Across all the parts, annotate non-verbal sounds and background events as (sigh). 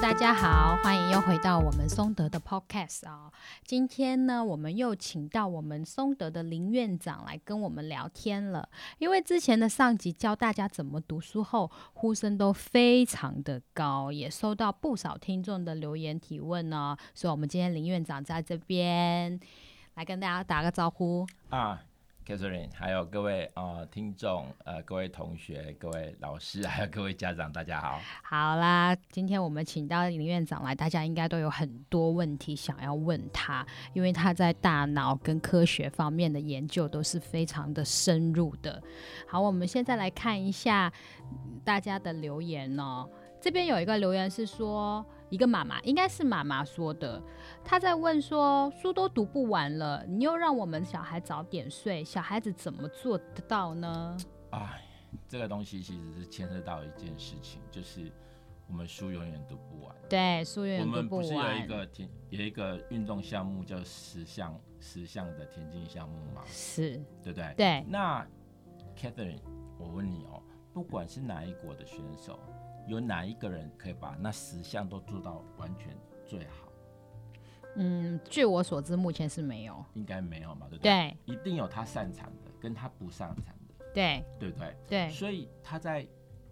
大家好，欢迎又回到我们松德的 Podcast 啊、今天呢，我们又请到我们松德的林院长来跟我们聊天了。因为之前的上集教大家怎么读书后，呼声都非常的高，也收到不少听众的留言提问呢、所以我们今天林院长在这边来跟大家打个招呼。啊，Catherine，还有各位呃听众、呃各位同学、各位老师， (laughs) 还有各位家长，大家好。好啦，今天我们请到林院长来，大家应该都有很多问题想要问他，因为他在大脑跟科学方面的研究都是非常的深入的。好，我们现在来看一下嗯大家的留言哦。这边有一个留言是说，一个妈妈应该是妈妈说的，她在问说，书都读不完了，你又让我们小孩早点睡，小孩子怎么做得到呢？哎，这个东西其实是牵涉到一件事情，就是我们书永远读不完。对，书我远读们不是有完一。个田有一个运动项目叫十项十项的田径项目嘛，是，对不对？对，那 Catherine，我问你哦，不管是哪一国的选手，有哪一个人可以把那十项都做到完全最好？嗯，据我所知，目前是没有。应该没有嘛，对不对？对一定有他擅长的，跟他不擅长的，对对不对？对，所以他在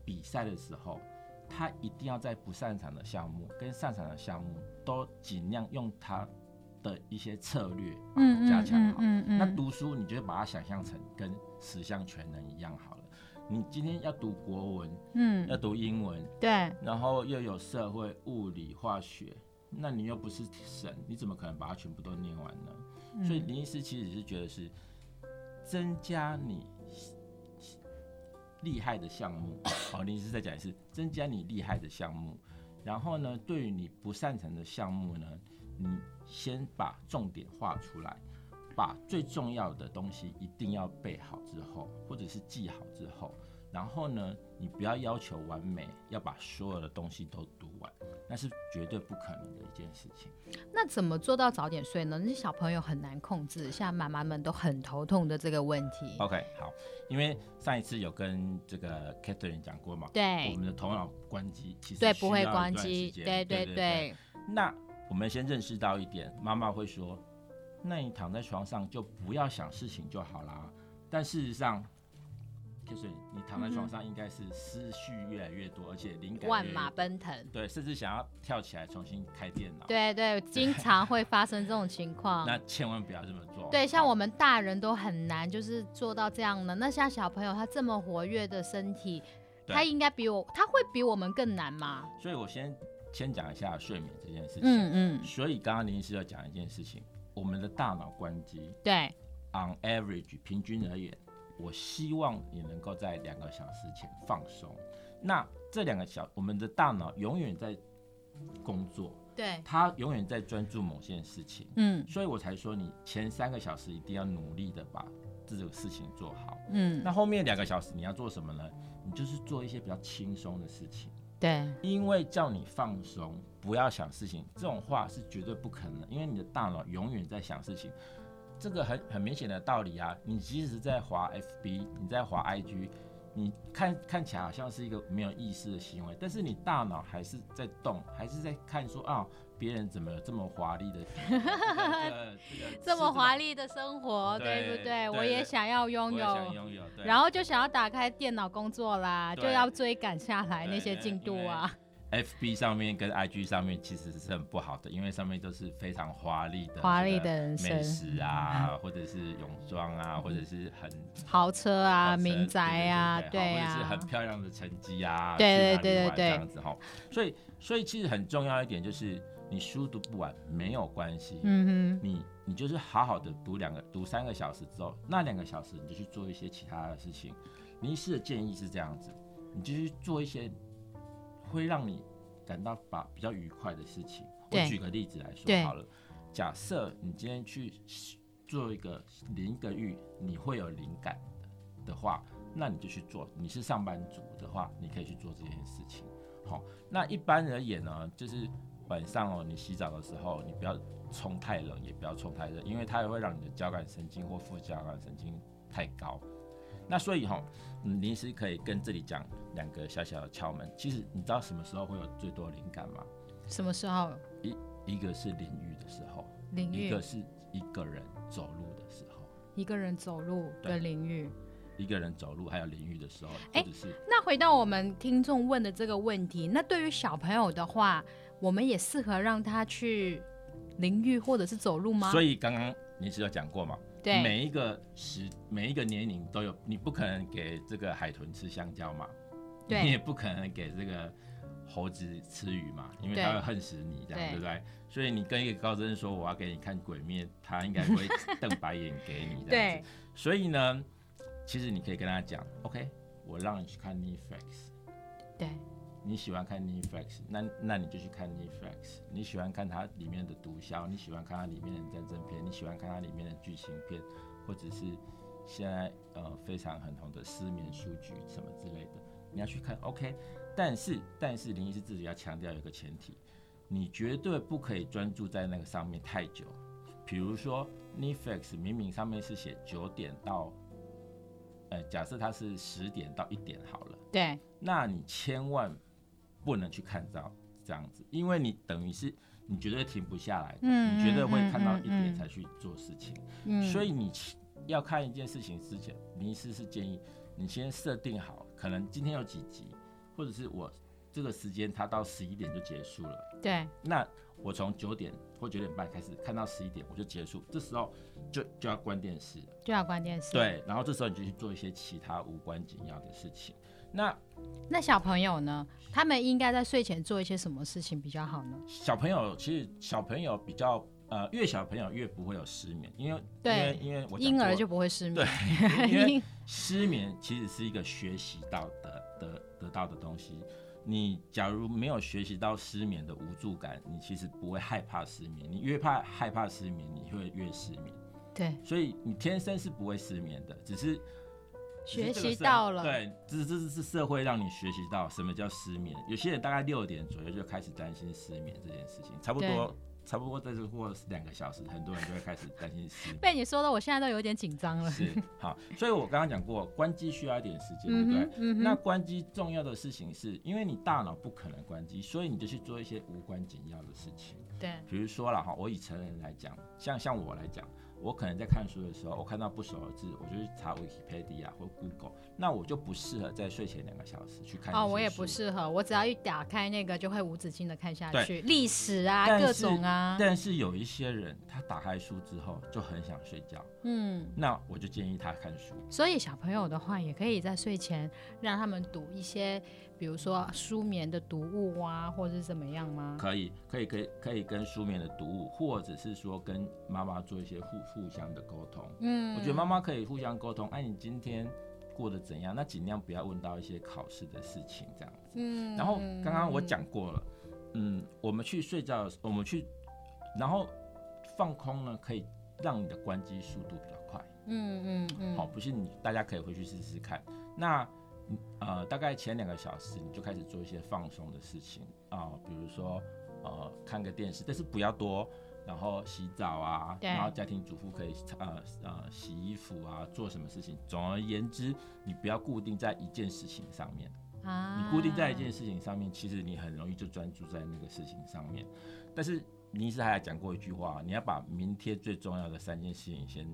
比赛的时候，他一定要在不擅长的项目跟擅长的项目都尽量用他的一些策略把它加强好。嗯那读书，你就把它想象成跟十项全能一样好了。你今天要读国文，要嗯，读英文，对然后又有社会、物理、化学，那你又不是神，你怎么可能把它全部都念完呢？嗯所以林医师其实是觉得是增加你厉害的项目。好，林医师再讲一次，增加你厉害的项目。然后呢，对于你不擅长的项目呢，你先把重点画出来，把最重要的东西一定要背好之后，或者是记好之后，然后呢，你不要要求完美，要把所有的东西都读完，那是绝对不可能的一件事情。那怎么做到早点睡呢？那些小朋友很难控制，现在妈妈们都很头痛的这个问题。 OK，好，因为上一次有跟这个 Catherine 讲过嘛，我对们的头脑关机其实对，需不会要一关段机，时间对对对。那我们先认识到一点，妈妈会说，那你躺在床上就不要想事情就好啦。但事实上。就是你躺在床上，应该是思绪越来越多，而且灵感万越来越马多奔腾。对，甚至想要跳起来重新开电脑。对对，经常会发生这种情况。那千万不要这么做。对，像我好们大人都很难，就是做到这样的。那像小朋友，他这么活跃的身体，对他应该比我，他会比我们更难吗？所以我先先讲一下睡眠这件事情。嗯嗯，所以刚刚林医师要讲一件事情，我们的大脑关机对， ，on average 平均而言，我希望你能够在两个小时前放松。那这两个小，我们的大脑永远在工作，对，它永远在专注某件事情，嗯所以我才说你前三个小时一定要努力的把这个事情做好。嗯，那后面两个小时你要做什么呢？你就是做一些比较轻松的事情，对，因为叫你放松，不要想事情，这种话是绝对不可能的，因为你的大脑永远在想事情。这个很很明显的道理啊，你即使在滑 FB，你在滑 IG，你看看起来好像是一个没有意识的行为，但是你大脑还是在动，还是在看说啊，别人怎么有这么华 (laughs) 丽的 (laughs) 这个，这个这么华丽，丽的生活，对对不对？对我也对想要我拥也想有，拥有。对然后就想要打开电脑工作啦，就对要追赶下来那对些对进度啊。 FB 上面跟 IG 上面其实是很不好的，因为上面都是非常华丽的华丽这个的人美生食啊，或者是泳装啊，或者是很豪车好啊，吃民宅啊，对对对对好或者是啊很，漂亮的成绩啊，对去哪里对对玩对这样子哈。所以所以其实很重要一点就是你书读不完没有关系，嗯你你就是好好的读两个读三个小时之后，那两个小时你就去做一些其他的事情。林医师的建议是这样子，你就去做一些会让你感到把比较愉快的事情。我对举个例子来对说好了，假设你今天去做一个淋一个浴，你会有灵感的话，那你就去做。你是上班族的话，你可以去做这件事情。好，那一般而言呢，就是晚上哦，你洗澡的时候，你不要冲太冷，也不要冲太热，因为它也会让你的交感神经或副交感神经太高。那所以哈、嗯，临时可以跟这里讲两个小小的窍门。其实你知道什么时候会有最多灵感吗？哼，什么时候一个是淋浴的时候，淋一浴个？是一个人走路的时候，一个人走路对跟淋浴。一个人走路还有淋浴的时候，或哎者是那回到我们听众问的这个问题，那对于小朋友的话，我们也适合让他去淋浴或者是走路吗？所以以刚刚你是有讲过嘛，对，每一个时每一个年龄都有，你不可能给这个海豚吃香蕉嘛，对你也不可能给这个猴子吃鱼嘛，因为对它会恨死你这样，对对不对？所以你跟一个高中生说我要给你看鬼灭，他应该不会瞪白眼给你这样对子。所以呢，其实你可以跟他讲，OK，我让你去看 Netflix，对你喜欢看 Netflix，那那你就去看 Netflix。你喜欢看它里面的毒枭，你喜欢看它里面的战争片，你喜欢看它里面的剧情片，或者是现在呃非常很红的失眠书局什么之类的，你要去看 OK。但是但是林医师自己要强调有个前提，你绝对不可以专注在那个上面太久。比如说 Netflix 明明上面是写九点到，呃，假设它是十点到一点好了。对那你千万不能去看到这样子，因为你等于是你绝对停不下来的，嗯你绝对会看到嗯嗯一嗯点才去做事情。嗯，所以你其要看一件事情之前，林医师是建议你先设定好，可能今天有几集，或者是我这个时间它到十一点就结束了。对那我从九点或九点半开始看到十一点，我就结束。这时候就就要关电视，就要关电视。，对。然后这时候你就去做一些其他无关紧要的事情。那那小朋友呢？他们应该在睡前做一些什么事情比较好呢？小朋友其实小朋友比较呃，越小朋友越不会有失眠，因为对因为因为我讲婴儿过就不会失眠。 (laughs) 因为婴失眠其实是一个学习到的得得到的东西。你假如没有学习到失眠的无助感，你其实不会害怕失眠。你越怕害怕失眠，你会越失眠。对所以你天生是不会失眠的，只是只学是这个习社到了对，这这是社会让你学习到什么叫失眠。有些人大概六点左右就开始担心失眠这件事情，差不对多差不多在这过两个小时，很多人就会开始担 (laughs) 心失眠。被你说的，我现在都有点紧张了。是好，所以我刚刚讲过，关机需要一点时间，对嗯不对？哼，嗯哼，那关机重要的事情是，因为你大脑不可能关机，所以你就去做一些无关紧要的事情。对比如说了哈，我以成人来讲，像像我来讲，我可能在看书的时候，我看到不熟的字，我就去查 Wikipedia 或 Google，那我就不适合在睡前两个小时去看。哦，我也不。适合，我只要一打开那个就会无止境的看下对去，历史啊，但各是种啊，但是有一些人，他打开书之后就很想睡觉，嗯，那我就建议他看书。所以小朋友的话，也可以在睡前让他们读一些，比如说舒眠的读物啊，或者是怎么样吗？可以，可以，可以，可以跟书面的读物，或者是说跟妈妈做一些互互相的沟通。嗯，我觉得妈妈可以互相沟通，哎、你今天过得怎样？那尽量不要问到一些考试的事情这样子。嗯，然后刚刚我讲过了，嗯，我们去睡觉的时，我们去，然后放空呢，可以让你的关机速度比较快。嗯，嗯嗯好、不信你大家可以回去试试看。那嗯呃，大概前两个小时你就开始做一些放松的事情啊、比如说呃看个电视，但是不要多。然后洗澡啊，对然后家庭主妇可以呃呃洗衣服啊，做什么事情。总而言之，你不要固定在一件事情上面。嗯啊，你固定在一件事情上面，其实你很容易就专注在那个事情上面。但是林医师还讲过一句话，你要把明天最重要的三件事情先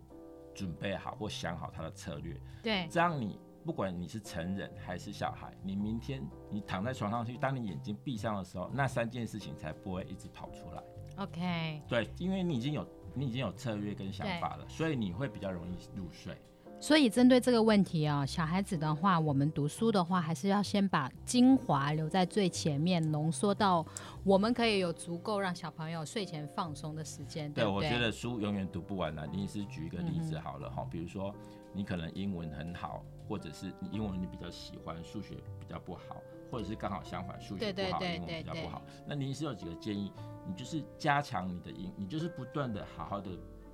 准备好或想好它的策略，对这样你不管你是成人还是小孩，你明天你躺在床上去，当你眼睛闭上的时候，那三件事情才不会一直跑出来。 ，OK，对，因为你已经有你已经有策略跟想法了，所以你会比较容易入睡。所以针对这个问题啊、小孩子的话，我们读书的话，还是要先把精华留在最前面，浓缩到我们可以有足够让小朋友睡前放松的时间，对，不我对？嗯觉得书永远读不完啊。林医师举一个例子好了哈、比如说你可能英文很好，或者是你英文你比较喜欢，数学比较不好，或者是刚好相反，数学对不对好，对英文对比较对不好。那林医师有几个建议，你就是加强你的英，你就是不断的好好的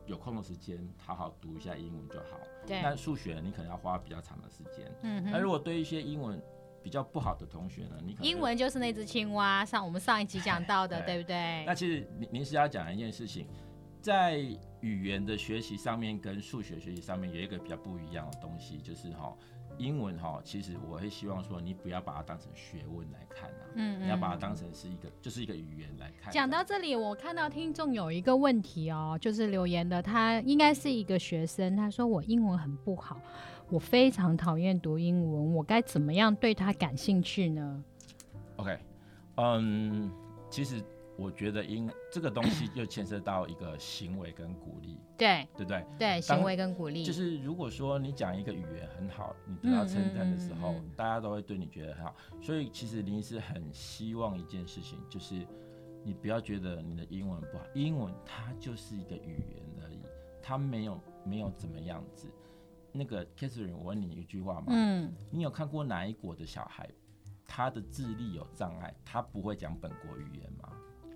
有空的时间好好读一下英文就好。对，那数学你可能要花比较长的时间。嗯那、哼。如果对一些英文比较不好的同学呢，你可能英就文就是那只青蛙，上我们上一集讲到的，对对不对嗯哎那？其实您您是要讲一件事情，在语言的学习上面跟数学学习上面有一个比较不一样的东西，就是哈、英文哈，其实我会希望说，你不要把它当成学问来看啊，嗯你要把它当成是一个，就是一个语言来看。啊讲到这里，我看到听众有一个问题哦，就是留言的，他应该是一个学生，他说我英文很不好，我非常讨厌读英文，我该怎么样对他感兴趣呢？ OK，嗯，其实我觉得英这个东西就牵涉到一个行为跟鼓励，对对不对？对，当行为跟鼓励，就是如果说你讲一个语言很好，你得到称赞的时候，嗯嗯嗯嗯大家都会对你觉得很好。所以其实林医师很希望一件事情，就是你不要觉得你的英文不好，英文它就是一个语言而已，它没有没有怎么样子。那个 Catherine，我问你一句话嘛，嗯，你有看过哪一国的小孩，他的智力有障碍，他不会讲本国语言吗？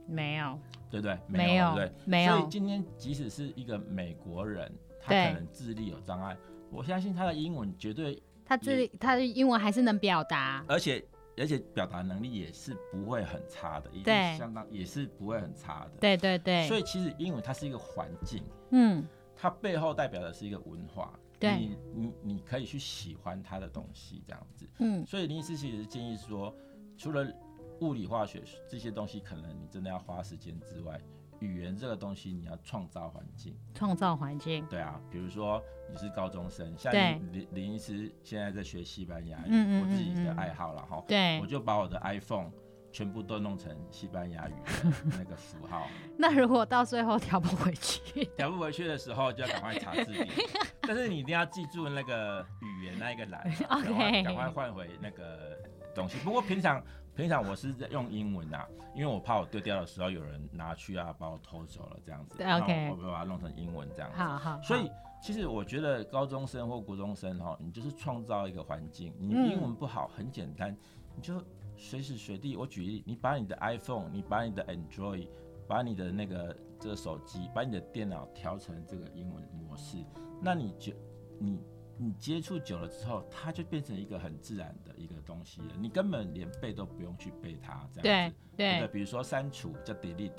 没有，对不对？没有对不对？没所以有，今天即使是一个美国人，他对可能智力有障碍，我相信他的英文绝对，他自己他的英文还是能表达，而且而且表达能力也是不会很差的，一对定相当也是不会很差的。对对对，所以其实英文它是一个环境，嗯它背后代表的是一个文化。对你你你可以去喜欢它的东西，这样子。嗯所以林医师其实建议说，除了物理、化学这些东西，可能你真的要花时间之外，语言这个东西你要创造环境。创造环境，对啊，比如说你是高中生，像对林林林医师现在在学西班牙语，嗯嗯我自己嗯的嗯爱好了哈，对我，就把我的 iPhone 全部都弄成西班牙语的 (laughs) 那个符号，那如果到最后调不回去，调不回去的时候就要赶快查字典，但是你一定要记住那个语言那一个栏啊，赶快 OK 赶快换回那个东西。不过平常平常我是在用英文啊，因为我怕我丢掉的时候有人拿去啊，把我偷走了这样子，对那 OK 我我把它弄成英文这样子。好好，所好以其实我觉得高中生或国中生哈，你就是创造一个环境，你嗯英文不好很简单，你就随时随地，我举例，你把你的 iPhone，你把你的 Android，把你的那个这个手机，把你的电脑调成这个英文模式，那你就你。你接触久了之后，它就变成一个很自然的一个东西了。你根本连背都不用去背它，对这样子。对不对对？比如说删除叫 delete，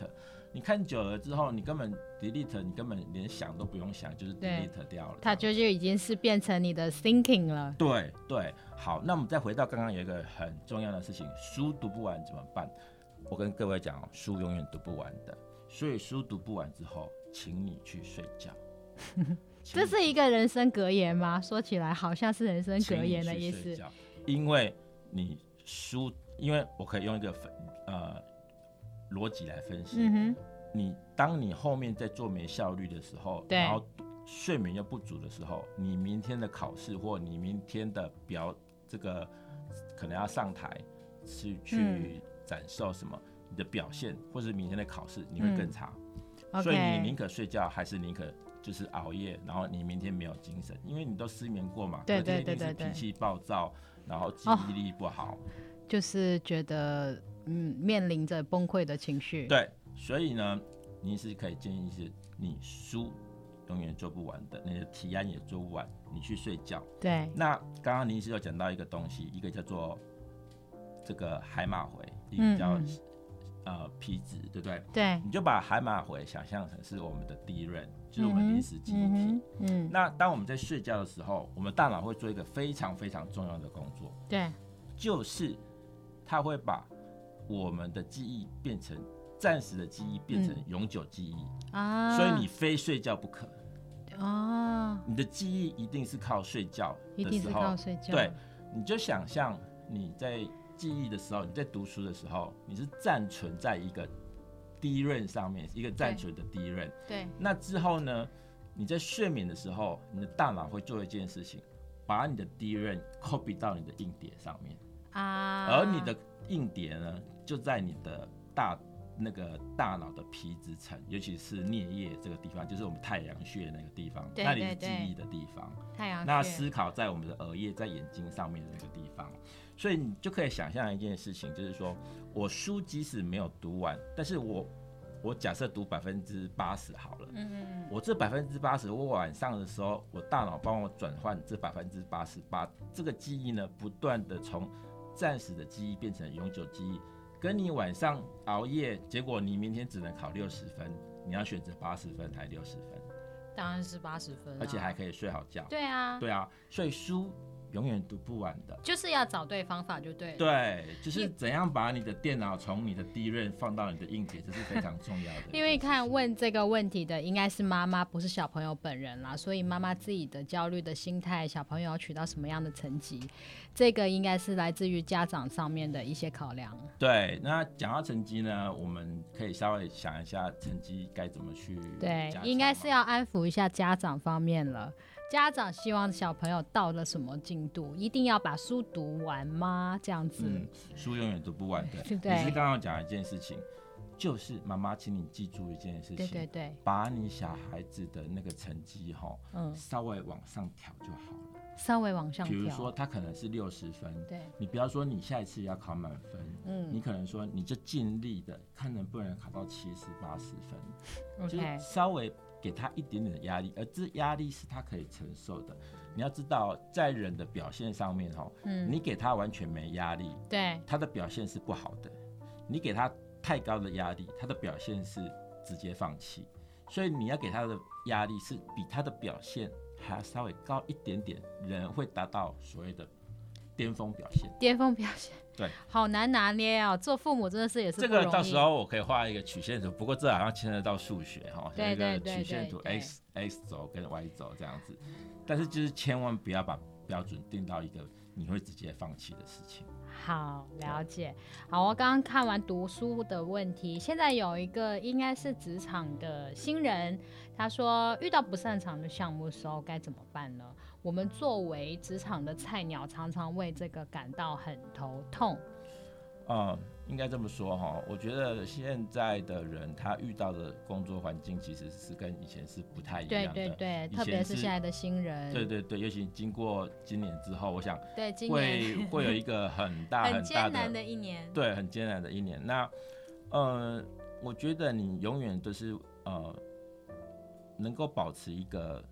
你看久了之后，你根本 delete，你根本连想都不用想，就是对 delete 掉了。它就就已经是变成你的 thinking 了。对对，好，那我们再回到刚刚有一个很重要的事情，书读不完怎么办？我跟各位讲哦，书永远读不完的，所以书读不完之后，请你去睡 (laughs) 觉。请这你是一个人生格言吗？说起来好像是人生请格你言去的意思。睡觉，因为你书，因为我可以用一个分呃逻辑来分析，嗯哼，你当你后面在做没效率的时候，对然后睡眠又不足的时候，你明天的考试或你明天的表这个可能要上台去去嗯展示什么、你的表现，或是明天的考试你会更差，所以你嗯 OK，宁可睡觉还是宁可。就是熬夜，然后你明天没有精神，因为你都失眠过嘛。对隔天对一定对是对对脾气暴躁，然后记哦忆力不好，就是觉得嗯，面临着崩溃的情绪。对，所以呢，你是可以建议是，你书永远做不完的，你的提案也做不完，你去睡觉。对那刚刚林医师有讲到一个东西，一个叫做这个海马回，一嗯个叫、嗯呃皮质，对不对？对，你就把海马回想象成是我们的第一任，就是我嗯们哼临时记忆体。嗯哼嗯，那当我们在睡觉的时候，我们大脑会做一个非常非常重要的工作，对，就是它会把我们的记忆变成暂时的记忆，变成永久记忆，啊，所以你非睡觉不可。你啊，你的记忆一定是靠睡觉一的定时是靠候，睡觉。对，你就想象你在记忆的时候，你在读书的时候，你是暂存在一个低润上面，一个暂存的低润。对那之后呢，你在睡眠的时候，你的大脑会做一件事情，把你的低润 copy 到你的硬碟上面。啊，而你的硬碟呢，就在你的大那个大脑的皮质层，尤其是颞叶这个地方，就是我们太阳穴那个地方，对那里对哦是记对忆的地方。太阳那穴思考在我们的额叶，在眼睛上面的那个地方，所以你就可以想象一件事情，就是说我书即使没有读完，但是我我假设读百分之八十好了。嗯嗯我这百分之八十，我晚上的时候，我大脑帮我转换这百分之八十，把这个记忆呢，不断的从暂时的记忆变成永久记忆。跟你晚上熬夜，结果你明天只能考六十分，你要选择八十分还六十分，嗯，当然是八十分啊，而且还可以睡好觉。对啊，对啊，所以书永远读不完的。就是要找对方法就对了。。对，就是怎样把你的电脑从你的低润放到你的硬碟，这是非常重要的因为看问这个问题的应该是妈妈，不是小朋友本人啦，所以妈妈自己的焦虑的心态，小朋友要取到什么样的成绩，这个应该是来自于家长上面的一些考量。对，那讲到成绩呢，我们可以稍微想一下成绩该怎么去对加，强应该嘛是要安抚一下家长方面了。家长希望小朋友到了什么进度，一定要把书读完吗？这样子，嗯，书永远读不完的。对 (laughs) 对你是刚刚讲一件事情，就是妈妈，请你记住一件事情，对对对，把你小孩子的那个成绩哈、嗯，稍微往上调就好了。稍微往上比如说调，他可能是六十分，对，你不要说你下一次要考满分，嗯你可能说你就尽力的看能不能考到七十八十分，就是，OK，稍微给他一点点的压力，而这压力是他可以承受的。你要知道，在人的表现上面哈、嗯，你给他完全没压力，对，他的表现是不好的，你给他太高的压力，他的表现是直接放弃。所以你要给他的压力是比他的表现还要稍微高一点点，人会达到所谓的巅峰表现。巅峰表现，对，好难拿捏哦。做父母真的是也是这不容个易到时候我可以画一个曲线图，不过这好像牵扯到数学哈，有对一对个对曲线图对对 x x 轴跟 y 轴这样子，但是就是千万不要把标准定到一个你会直接放弃的事情。好，了解。好，我刚刚看完读书的问题，现在有一个应该是职场的新人，他说遇到不擅长的项目时候该怎么办呢？我们作为职场的菜鸟，常常为这个感到很头痛。嗯，应该这么说哈，我觉得现在的人他遇到的工作环境其实是跟以前是不太一对样的。对对，以特别前是是现在的新人，对对对尤其经过今年之后，我想对今年会会有一个很大 (laughs) 很很大艰难的一年，对，很艰难的一年。那，呃，我觉得你永远都是呃，能够保持一个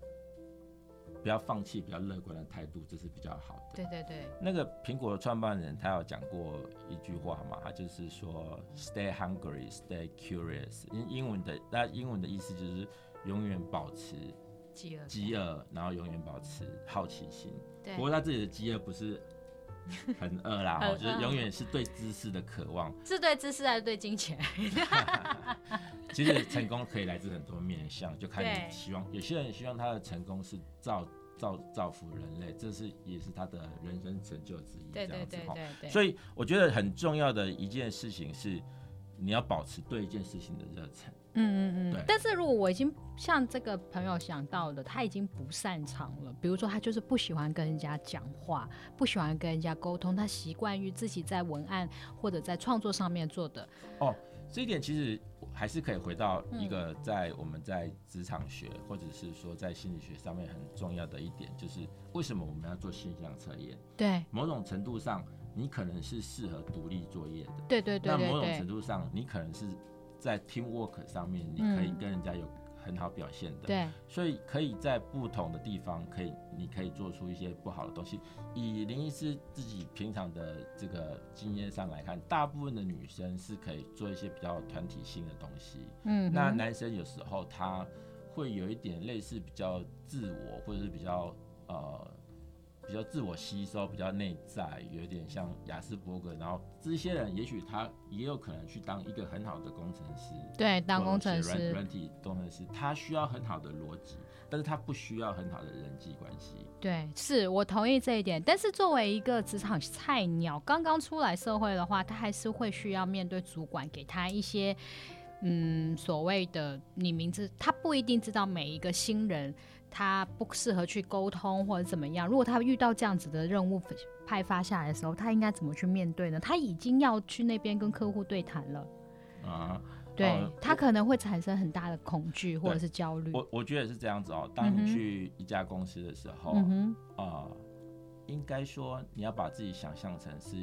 不要放弃、比较乐观的态度，这是比较好的。对对对，那个苹果的创办人他有讲过一句话嘛，他就是说 “Stay hungry, stay curious”。英英文的那英文的意思就是永远保持饥饿，饥饿，然后永远保持好奇心。对不过他自己的饥饿不是很饿啦， (laughs) 很哦就是饿永远是对知识的渴望。是对知识还是对金钱？ (laughs) 其实成功可以来自很多面向，就看对你希望。有些人希望他的成功是造造造福人类，这是也是他的人生成就之一，对这对样子对哈。对对，所以我觉得很重要的一件事情是，你要保持对一件事情的热忱。嗯嗯嗯对，但是如果我已经像这个朋友想到的，他已经不擅长了，比如说他就是不喜欢跟人家讲话，不喜欢跟人家沟通，他习惯于自己在文案或者在创作上面做的，这一点其实还是可以回到嗯一个在我们在职场学或者是说在心理学上面很重要的一点，就是为什么我们要做形象测验？对某种程度上，你可能是适合独立作业的。对对对那某对种对，程度上，你可能是在 teamwork 上面，你可以嗯跟人家有很好表现的，对所以可以在不同的地方，可以你可以做出一些不好的东西。以林医师自己平常的这个经验上来看，大部分的女生是可以做一些比较团体性的东西，嗯那哼男生有时候他会有一点类似比较自我，或者是比较呃比较自我吸收，比较内在，有一点像雅斯伯格。然后这些人也许他也有可能去当一个很好的工程师，对当或者工程是软师，软体工程师，他需要很好的逻辑，但是他不需要很好的人际关系。对，是我同意这一点。但是作为一个职场菜鸟，刚刚出来社会的话，他还是会需要面对主管给他一些，嗯，所谓的你明知他不一定知道每一个新人他不适合去沟通或者怎么样。如果他遇到这样子的任务派发下来的时候，他应该怎么去面对呢？他已经要去那边跟客户对谈了，啊、对、哦他可能会产生很大的恐惧或者对是焦虑。我哦我觉得是这样子哦。嗯当你哼去一家公司的时候，嗯哼，啊、应该说你要把自己想象成是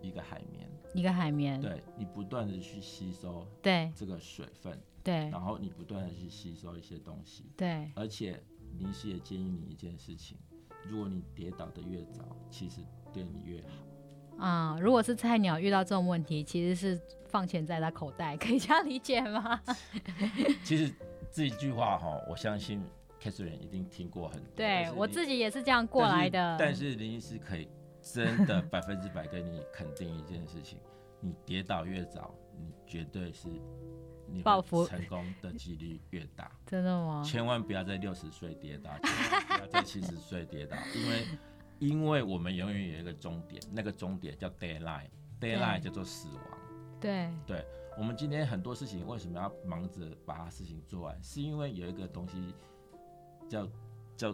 一个海绵，一个海绵，对你不断的去吸收对这个水分，对然后你不断的去吸收一些东西，对，而且临时也建议你一件事情，如果你跌倒的越早，其实对你越好。啊、如果是菜鸟遇到这种问题，其实是放钱在他 (laughs) 口袋，可以这样理解吗？其实这一句话哈、我相信 Catherine 一定听过很多。但对是我你自己也是这样过来的。但是但是林医师可以 (laughs) 真的百分之百跟你肯定一件事情：你跌倒越早，你绝对是你报会复成功的几率越大。真的吗？千万不要在六十岁跌倒，千万不要在七十岁跌倒，因为因为我们永远有一个终点，那个终点叫 deadline，deadline 叫做死亡。对对我们今天很多事情为什么要忙着把它事情做完，是因为有一个东西叫叫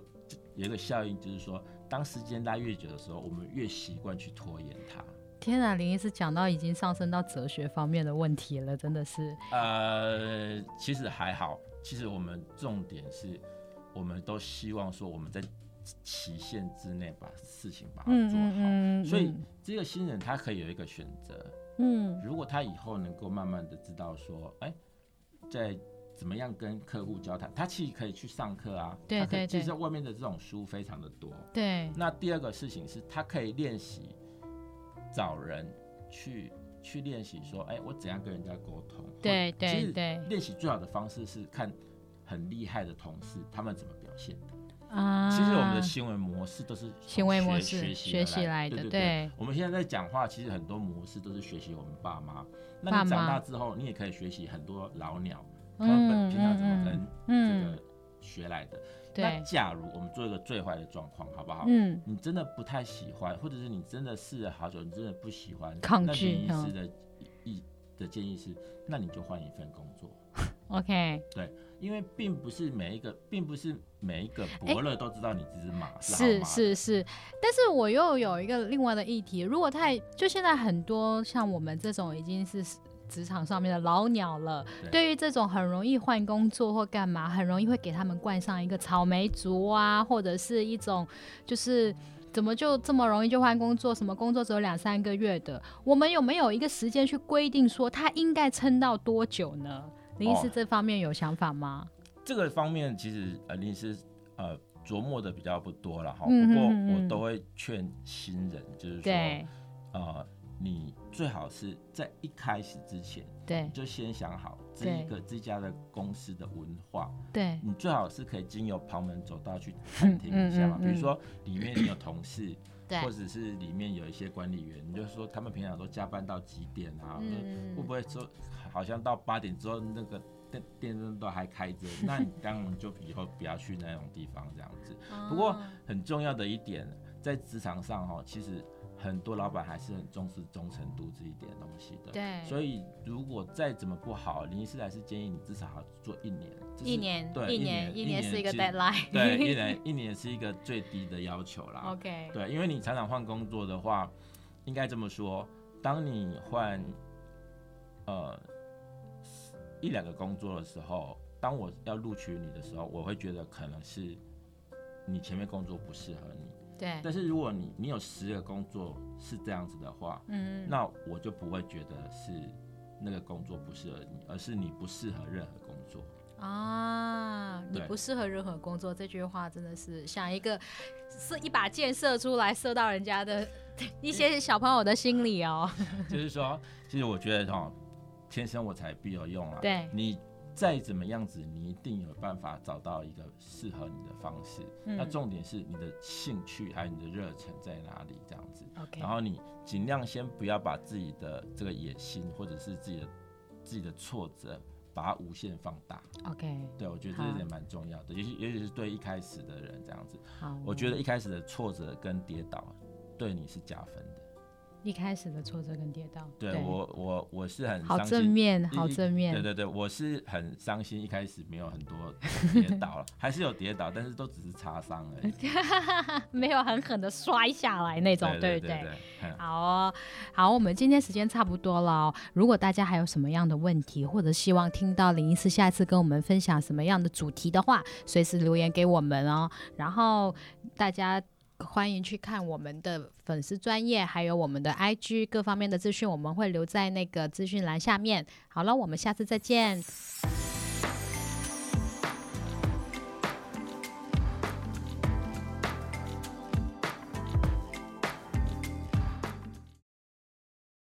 有一个效应，就是说，当时间拉越久的时候，我们越习惯去拖延它。天哪，林医师讲到已经上升到哲学方面的问题了，真的是呃，其实还好，其实我们重点是，我们都希望说我们在期限之内把事情把它嗯做好。嗯嗯，所以这个新人他可以有一个选择，嗯如果他以后能够慢慢的知道说，哎、在怎么样跟客户交谈，他其实可以去上课啊。对他可以对其实对外面的这种书非常的多。对那第二个事情是，他可以练习找人去去练习说，哎、我怎样跟人家沟通。对或对其实对练习最好的方式是看很厉害的同事他们怎么表现。啊，其实我们的行为模式都是从行为模学式习学习来来的对对我们现在在讲话，其实很多模式都是学习我们爸妈。那爸你长妈大之后，你也可以学习很多老鸟，他们本平常怎么跟这嗯个学来的。那对假如我们做一个最坏的状况，好不好？嗯你真的不太喜欢，或者是你真的试了好久，你真的不喜欢，抗那拒林医嗯师的意的建议是，那你就换一份工作。 OK 因为并不是每一个，并不是每一个伯乐都知道你这只马是好是马是是，但是我又有一个另外的议题，如果太就现在很多像我们这种已经是职场上面的老鸟了，对对于这种很容易换工作或干嘛，很容易会给他们冠上一个草莓族啊，或者是一种就是。怎么就这么容易就换工作？什么工作只有两三个月的？我们有没有一个时间去规定说他应该撑到多久呢？林医师哦这方面有想法吗？这个方面其实呃林师呃琢磨的比较不多了哈，嗯不过嗯嗯我都会劝新人，就是说对呃你最好是在一开始之前对就先想好这对一个这家的公司的文化，对你最好是可以经由旁门左道去探听一下嘛，嗯嗯嗯比如说里面你有同事，对，或者是里面有一些管理员，你就说他们平常都加班到几点啊？嗯嗯嗯会不会说好像到八点之后那个电电灯都还开 (laughs) 着？那你当然就以后不要去那种地方这样子。不过哦很重要的一点，在职场上哈、哦，其实很多老板还是很重视忠诚度这一点东西的。对所以如果再怎么不好，林医师还是建议你至少要做一年。这是一年，对，一年，一年是一个其实 (laughs) deadline。对，啊一年一年是一个最低的要求啦。 OK，对，因为你常常换工作的话，应该这么说，当你换呃一两个工作的时候，当我要录取你的时候，我会觉得可能是你前面工作不适合你。对，但是如果你你有十个工作是这样子的话，嗯，那我就不会觉得是那个工作不适合你，而是你不适合任何工作。啊，你对不适合任何工作这句话真的是像一个是一把箭射出来，射到人家的一些小朋友的心里 (laughs) 哦。 (laughs) 就是说，其实我觉得哦，天生我材必有用啊。对你再怎么样子，你一定有办法找到一个适合你的方式。那嗯重点是你的兴趣还有你的热忱在哪里，这样子。 OK，然后你尽量先不要把自己的这个野心或者是自己的自己的挫折，把它无限放大。 OK，对，我觉得这好嗯一点蛮重要的，尤其尤其是对一开始的人这样子，好，我觉得一开始的挫折跟跌倒对你是加分的。一开始的挫折跟跌倒，对我我我是很好伤正心面，一好一正面，对对对，我是很伤心，一开始没有很多跌倒了， (laughs) 还是有跌倒，但是都只是擦伤 (laughs) 而已。没有狠狠的摔下来那种，对不对对，嗯好哦，好，我们今天时间差不多了哦、如果大家还有什么样的问题，或者希望听到林医师下一次跟我们分享什么样的主题的话，随时留言给我们哦。然后大家。欢迎去看我们的粉丝专业，还有我们的 IG 各方面的资讯，我们会留在那个资讯栏下面。好了，我们下次再见。